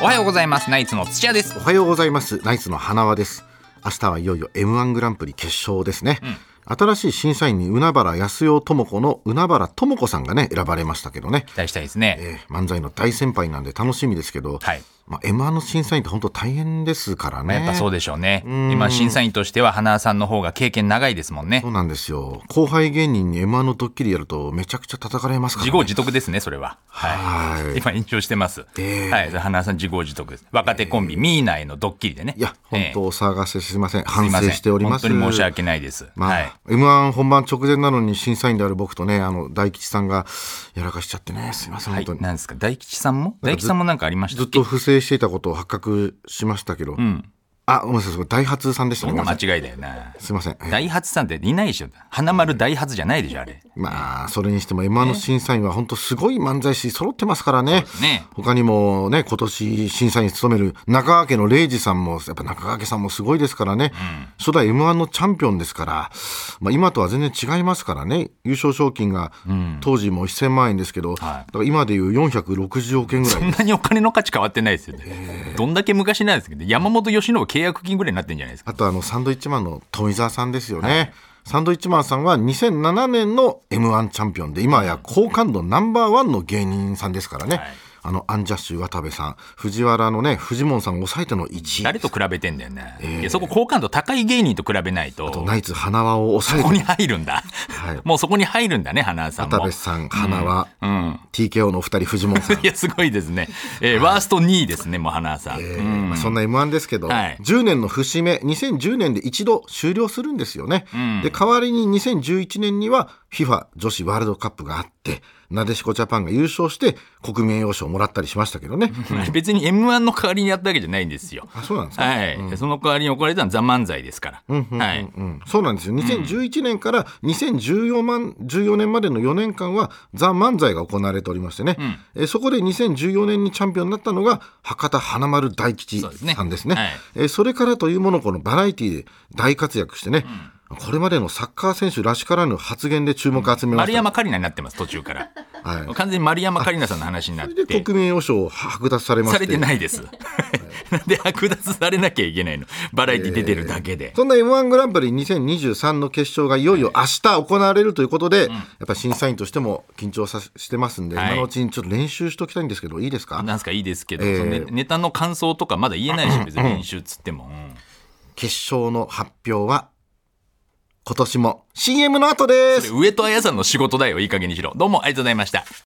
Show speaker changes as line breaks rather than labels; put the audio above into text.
おはようございますナイツの土屋です
おはようございますナイツの花輪です明日はいよいよ M1 グランプリ決勝ですね、新しい審査員に海原康代智子の海原智子さんがね選ばれましたけどね、
期待したいですね、
えー漫才の大先輩なんで楽しみですけど、
はい
まあ、M1 の審査員って本当大変ですから
まあ
ね
やっぱそうでしょうね
ん
今審査員としては花輪さんの方が経験長いですもんね
そうなんですよ後輩芸人に M1 のドッキリやるとめちゃくちゃ叩かれますから、
自
ね、
業自得ですねそれははい
はい
今延長してます、
ええ
はい花輪さん自業自得です若手コンビ、ミーナへのドッキリでね
いや本当
え
お騒がせすいません、
えすい
反
ません
省しております
本当に申し訳ないです、
まあ、
はい
M1 本番直前なのに審査員である僕とね、あの、大吉さんがやらかしちゃってね、すいません、
は
本
い
当に。
なんですか大吉さんも大吉さんもなんかありました
ずっ
っけ
と不正していたことを発覚しましたけど、
ん
あ、ごめんなさい、それダイハツさんでした。
そん
ご
な
めんなさい
間違いだよな
すいません。えー
大発さんっていないでしょ花丸大発じゃないでしょあれ
まあ、それにしても M1 の審査員は本当すごい漫才師揃ってますからね。
ね
他にもね、今年審査員務める中川家の礼二さんも、やっぱ中川家さんもすごいですからね、初代 M1 のチャンピオンですから、まあ、今とは全然違いますからね、優勝賞金が当時も1000万円ですけど、だから今でいう460億円ぐら
そ
い
ん。なにお金の価値変わってないですよね、どんだけ昔なんですけど山本由伸契約金ぐらいになってんじゃないですか
あとあの、サンドイッチマンの富澤さんですよね。サンドイッチマンさんは2007年の M1 チャンピオンで、今や好感度ナンバーワンの芸人さんですからね。
はい
あの、アンジャッシュ渡部さん、藤原のね、藤本さんを抑えての1位。
誰と比べてんだよね、いやそこ好感度高い芸人と比べないと
ナイツ花輪を抑え
そこ
て
に入るんだ、
はい
もうそこに入るんだね花輪さん
渡
も
部さん、花輪、
ん
TKO のお二人、藤本さん。
いやすごいですね、えーワースト2位ですねもう花輪さん、
えーまあそんな M1 ですけど、
はい
10年の節目、2010年で一度終了するんですよね。で、代わりに2011年には FIFA 女子ワールドカップがあって、なでしこジャパンが優勝して国民栄誉賞をもらったりしましたけ どね。
別に m 1の代わりにやったわけじゃないんですよ
あ、そうなんですか、
はい、その代わりに怒られたのは「ザ・漫才」ですから、はい
うん、そうなんですよ2011年から2014万14年までの4年間は「ザ・漫才が行われておりましてね、えーそこで2014年にチャンピオンになったのが博多華丸大吉
そうですね
さんですねそ
はい
えーそれからというものこのバラエティで大活躍してね、これまでのサッカー選手らしからぬ発言で注目を集めま
丸
した、
山桂里奈になってます途中から、
はい
完全に丸山桂里奈さんの話になっ
で
て
国民栄誉賞を剥奪されま
さ
し
れ
て
てないですなんで剥奪されなきゃいけないのバラエティ出てるだけで、
そんな m 1グランプリ2023の決勝がいよいよ明日行われるということで、やっぱ審査員としても緊張さしてますんで、
はい
今のうちにちょっと練習しておきたいんですけど、いいですか、
なんすかいいですけど、
えー
そのネネタの感想とかまだ言えないし別に練習っつっても、うん
決勝の発表は、今年も CM の後
そ
で
れ
す
上戸彩さんの仕事だよいい加減にしろどうもありがとうございました